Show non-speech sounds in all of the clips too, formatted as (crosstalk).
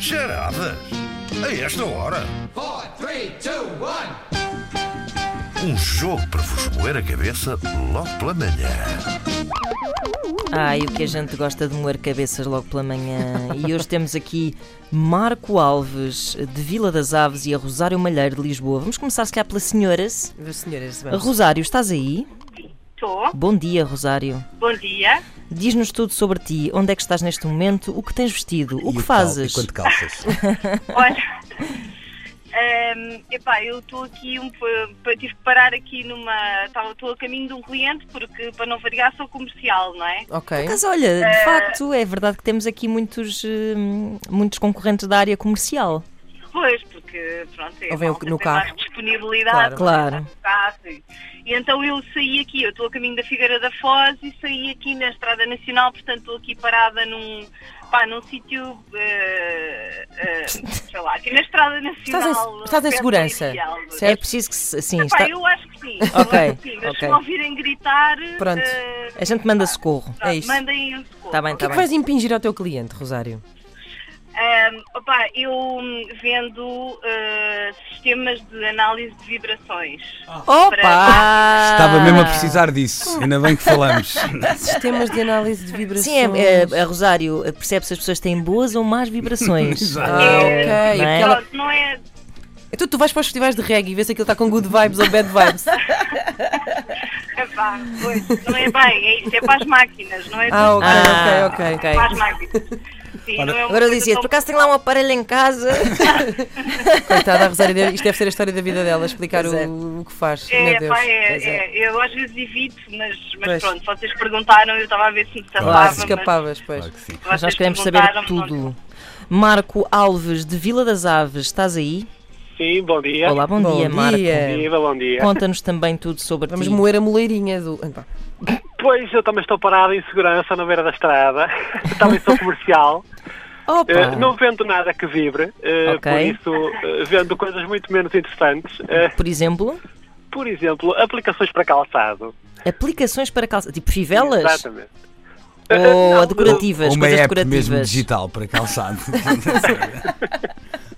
Charadas? A esta hora? Um jogo para vos moer a cabeça logo pela manhã. Ai, o que a gente gosta de moer cabeças logo pela manhã. E hoje temos aqui Marco Alves, de Vila das Aves, e a Rosário Malheiro, de Lisboa. Vamos começar, se calhar, pela senhora. Senhoras, vamos. Rosário, estás aí? Estou. Bom dia, Rosário. (laughs) Bom dia. Diz-nos tudo sobre ti. Onde é que estás neste momento? O que tens vestido? O que fazes? Quanto calças? Olha. ehm, epá, eu estou aqui um po- pa- tive que parar aqui numa. Estou a caminho de um cliente porque para não variar sou comercial, não é? Ok. tá Mas olha, de facto, é verdade que temos aqui muitos, hum, muitos concorrentes da área comercial. Pois, porque pronto, é Ou vem o- malta no tem mais carro. disponibilidade. Claro. mais fácil. E então eu saí aqui, eu estou a caminho da Figueira da Foz e saí aqui na Estrada Nacional, portanto estou aqui parada num, pá, num sítio, eh, eh, sei lá, aqui na Estrada Nacional. em- estás em perto segurança, do ideal. certo? É preciso que, se- sim, Epá, está- eu acho que sim. eu Ok, acho que sim, mas ok. se me ouvirem gritar, Pronto. eh, a gente manda socorro. pronto, é isso. mandem o socorro. Está Tá bem, O que é está bem. que vais impingir ao teu cliente, Rosário? Ahm, opá, eu hum, vendo eh, sistemas de análise de vibrações. Opa! Estava mesmo a precisar disso, ainda bem que falamos. (laughs) Sistemas de análise de vibrações. Sim, é, é, a Rosário percebe se as pessoas têm boas ou más vibrações. (laughs) Exato. Ah, ok. Não é? o que ela- Pronto, não é. Então tu vais para os festivais de reggae e vês se aquilo está com good vibes ou bad vibes. (laughs) epá, pois, não é bem, é isso, é para as máquinas, não é? Ah, ok, Ah, ok, ok. Para as máquinas. Sim, não é uma Agora eu coisa dizia, tão- por acaso tenho lá um aparelho em casa. Coitada, a Rosário, deve- isto deve ser a história da vida dela, explicar Pois é. o, o que faz. Meu É, Deus. pá, é, Pois é. é, eu às vezes evito, mas, mas Pois. pronto, vocês perguntaram, eu estava a ver se me safava. Claro, se mas escapavas, pois. Claro que sim. vocês Mas nós queremos saber um perguntaram, pronto. tudo. Marco Alves, de Vila das Aves, estás aí? Sim, bom dia. Olá, bom, Bom dia, Marco. Viva, bom dia. Conta-nos também tudo sobre Vamos ti. moer a moleirinha do. Epá, Pois, eu também estou parado em segurança na beira da estrada. (laughs) também (laughs) sou comercial. Opa! Eh, não vendo nada que vibre. eh, Ah. Ok. Por isso, eh, vendo coisas muito menos interessantes. Eh, Por exemplo, por exemplo, aplicações para calçado. aplicações para calça, tipo fivelas Exatamente. ou (laughs) Não, a decorativas, Uma coisas app decorativas. mesmo digital para calçado.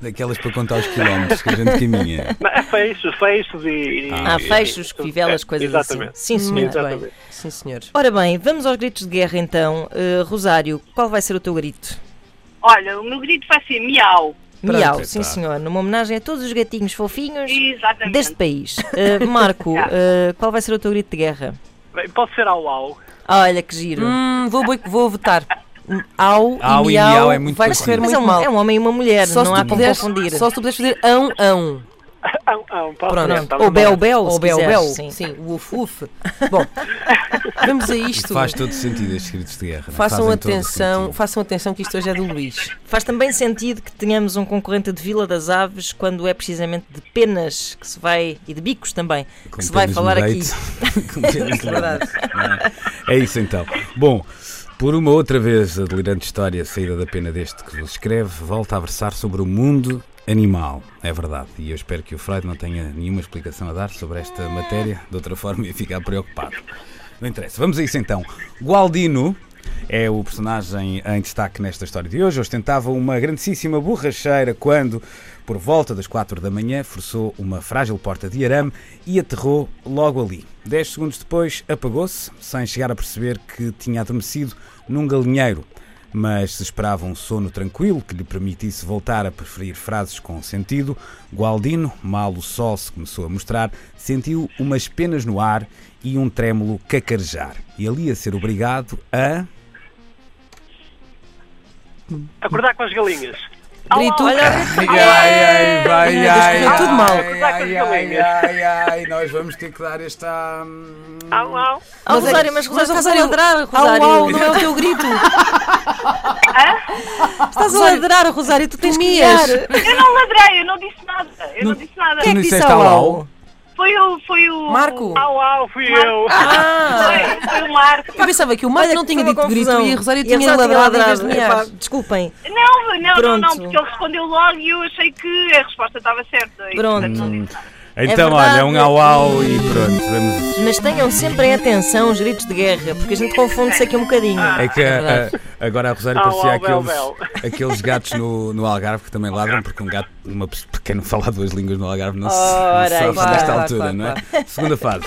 Daquelas para contar os quilómetros que a gente caminha. Não, é feixos, feixos e... Ah, e- eh, fechos, fivelas, coisas Exatamente. assim. Sim, senhor. muito Exatamente. bem. Sim, senhores. Ora bem, vamos aos gritos de guerra então. Eh, Rosário, qual vai ser o teu grito? Olha, o meu grito vai ser miau. Miau, aí sim está. senhor, numa homenagem a todos os gatinhos fofinhos Exatamente. deste país. Eh, Marco, eh, qual vai ser o teu grito de guerra? Bem, Pode ser ao ao. Olha que giro. Hum, vou, boi- vou votar. Hum, Au, Au e e miau, miau é muito vai parecido. correr Mas muito é um, mal. é um homem e uma mulher, Só não se há tu como puderes- confundir. Só se tu puderes fazer ão, ão. Ão, ão, pode Pronto. ser, tá está Ou bem. Bel Bel, Ou se bel, quiseres, bel. sim. Sim, uf, uf. Bom, vamos a isto. Faz todo sentido estes gritos de guerra. não é? Façam Fazem todo atenção, sentido. façam atenção que isto hoje é do Luís. Faz também sentido que tenhamos um concorrente de Vila das Aves quando é precisamente de penas que se vai e de bicos também que se Com vai penas falar no aqui. (laughs) É leite. Com penas no leite. É isso então. Bom, por uma outra vez a delirante história saída da pena deste que vos escreve, volta a versar sobre o mundo animal. É verdade. E eu espero que o Freud não tenha nenhuma explicação a dar sobre esta matéria. De outra forma, ia ficar preocupado. Não interessa. Vamos a isso então. Gualdino. É o personagem em destaque nesta história de hoje. Ostentava uma grandíssima borracheira quando, por volta das quatro da manhã, forçou uma frágil porta de arame e aterrou logo ali. Dez segundos depois, apagou-se, sem chegar a perceber que tinha adormecido num galinheiro. Mas se esperava um sono tranquilo que lhe permitisse voltar a preferir frases com sentido, Gualdino, mal o sol se começou a mostrar, sentiu umas penas no ar e um trêmulo cacarejar. E ali ia ser obrigado a. Acordar com as galinhas. Grito, Ai, ai, vai, ai, correu tudo mal. ai, ai, ai, nós vamos ter que dar esta. hum, Au, au. Ah, Rosário, mas Rosário, estás a ladrar, Rosário. um Au, au, não é o teu grito. Estás a ladrar, Rosário, tu tens que mias. miar. Eu não ladrei, eu não disse nada. Eu não, disse nada. Quem é que não disse disseste au au, au? Foi o. Foi o Marco. Au, au, fui eu. Ah. Foi, foi o Marco. Eu pensava que o Marco não tinha Foi uma dito grito confusão. e a Rosário E a tinha ladrado em vez de Epá, miar. Desculpem, Não, não, não, Pronto. não, porque ele respondeu logo e eu achei que a resposta estava certa. E, Pronto. portanto, não disse. Então, É verdade. olha, um au au e pronto. Vamos... Mas tenham sempre em atenção os gritos de guerra, porque a gente confunde-se aqui um bocadinho. É que É verdade. a- agora a Rosário Au, parecia au, bel, aqueles, aqueles gatos no, no Algarve que também ladram, porque um gato, uma pessoa, porque quem não fala duas línguas no Algarve não se, não Ora, se sofre claro, nesta claro, altura, claro, não é? Segunda fase.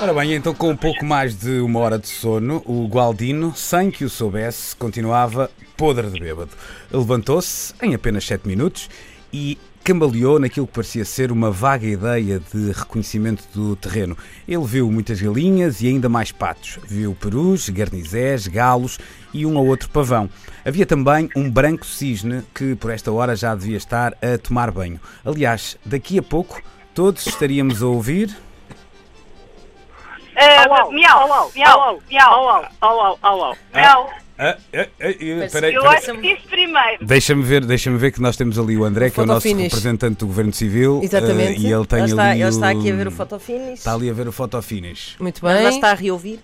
Ora bem, então com um pouco mais de uma hora de sono, o Gualdino, sem que o soubesse, continuava podre de bêbado. Levantou-se em apenas 7 minutos e cambaleou naquilo que parecia ser uma vaga ideia de reconhecimento do terreno. Ele viu muitas galinhas e ainda mais patos. Viu perus, garnizés, galos e um ou outro pavão. Havia também um branco cisne que por esta hora já devia estar a tomar banho. Aliás, daqui a pouco todos estaríamos a ouvir... Eh, Au, au, au, Miau, au, miau, Au, miau, au, au, au, au. miau. Ah, ah, ah, eu- peraí, Eu peraí. acho que disse primeiro. Deixa-me ver, deixa ver que nós temos ali o André, que é o Photo nosso finish. representante do Governo Civil. Exatamente. eh, e ele tem Lá está, ali ele o... está aqui a ver o fotofinish. Está ali a ver o photo finish. Muito bem. Lá está a reouvir.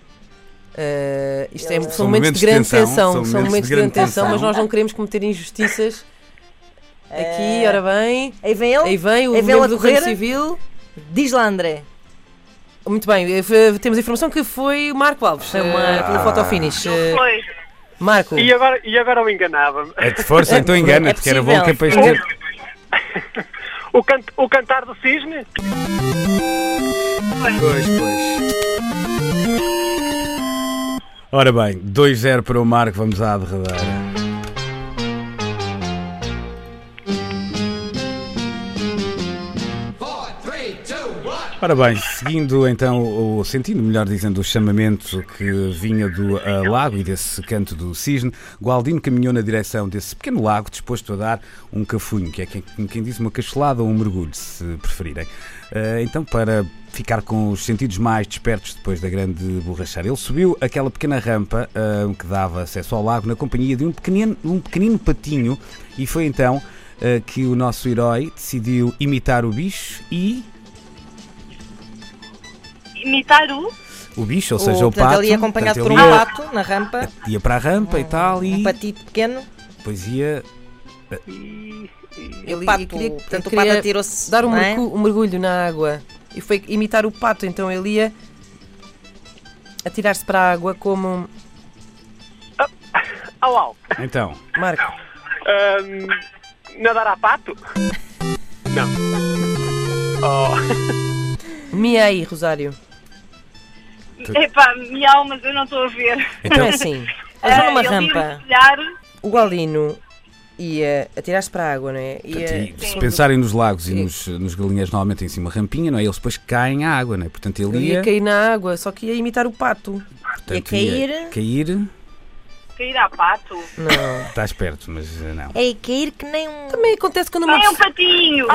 Eh, isto é- são, São momentos de grande tensão. São, momentos de grande tensão, É. tensão. mas nós não queremos cometer injustiças. Aqui, ora bem. Eh, Aí vem Aí ele, vem o Aí vem membro ela do correr. Governo Civil. diz lá André. Muito bem, eh, f- temos a informação que foi o Marco Alves, É eh, Ah. pelo fotofinish. Eh, Pois. Marco, E agora, e agora eu enganava-me. É de força, (laughs) então É engana-te, que era bom que é para possível. este- O, can o cantar do cisne? Pois, pois. Ora bem, 2-0 para o Marco, vamos à derradeira. Ora bem, seguindo então, ou sentindo, melhor dizendo, o chamamento que vinha do ah, lago e desse canto do cisne, Gualdino caminhou na direção desse pequeno lago, disposto a dar um cafunho, que é quem, como quem diz uma cachelada ou um mergulho, se preferirem. Ah, então, para ficar com os sentidos mais despertos depois da grande borrachar, ele subiu aquela pequena rampa ah, que dava acesso ao lago na companhia de um pequenino, um pequenino patinho e foi então ah, que o nosso herói decidiu imitar o bicho e... Imitar o. O bicho, ou seja, o, portanto, pato. ele ia acompanhado por portanto, um ele ia, pato na rampa, ia para a rampa e tal, um e patito pequeno. depois ia. E o Ele- pato, eu queria- portanto, eu o pato queria atirou-se. dar um, não é? mergu- um mergulho na água e foi imitar o pato, então ele ia atirar-se para a água como um- Au, au. Então, Marco. Ahm, nadar a pato? Ah. Não. Oh, Mia aí, um Rosário. Epá, miau, mas eu não estou a ver. Não é então assim. Eles vão Eh, numa ele ia rampa. mergulhar. O Galino ia atirar-se para a água, não é? eh, Ia, portanto, e se pensarem nos lagos e nos, nos galinhas, normalmente em cima rampinha, não é? Eles depois caem à água, não é? Portanto, ele ele ia ia, cair na água, só que ia imitar o pato. portanto, Ia ia cair. cair. Cair a pato. Não. Estás perto, mas eh, não. É cair que nem um. Também acontece quando Ah, uma É pessoa... um Ah. patinho.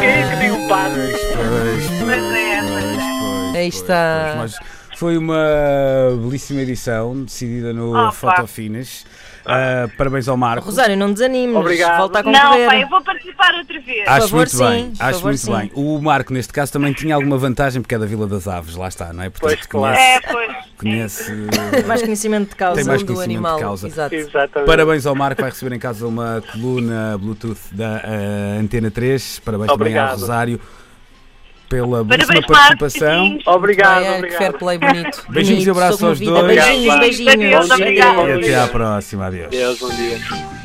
quem é que tem um pato? Pois, pois, pois, pois, Aí pois, está. pois, mas foi uma belíssima edição decidida no Opa. Fotofines. Ah, parabéns ao Marco. Rosário, não desanimes. Obrigado. Volta a Não, concorrer. pai, eu vou participar outra vez. Acho favor, muito sim. bem, Por acho favor, muito sim. bem. O Marco, neste caso, também tinha alguma vantagem porque é da Vila das Aves, lá está, não é? Portanto, Pois, claro. É, conhece, pois. conhece mais conhecimento de tem causa. mais do conhecimento animal, de causa. exato. Exatamente. eh, Parabéns ao Marco, vai receber em casa uma coluna Bluetooth da eh, Antena 3. Parabéns também ao Obrigado. Rosário pela belíssima Parabéns, participação. Marcos. Obrigado, Bem, é, que fair Ah, obrigado. play bonito. Beijinhos e Bonito, abraços sou aos comovida. dois Beijinhos, Obrigado. beijinhos. Adeus, obrigado. e até à próxima. Adeus. Deus, bom dia.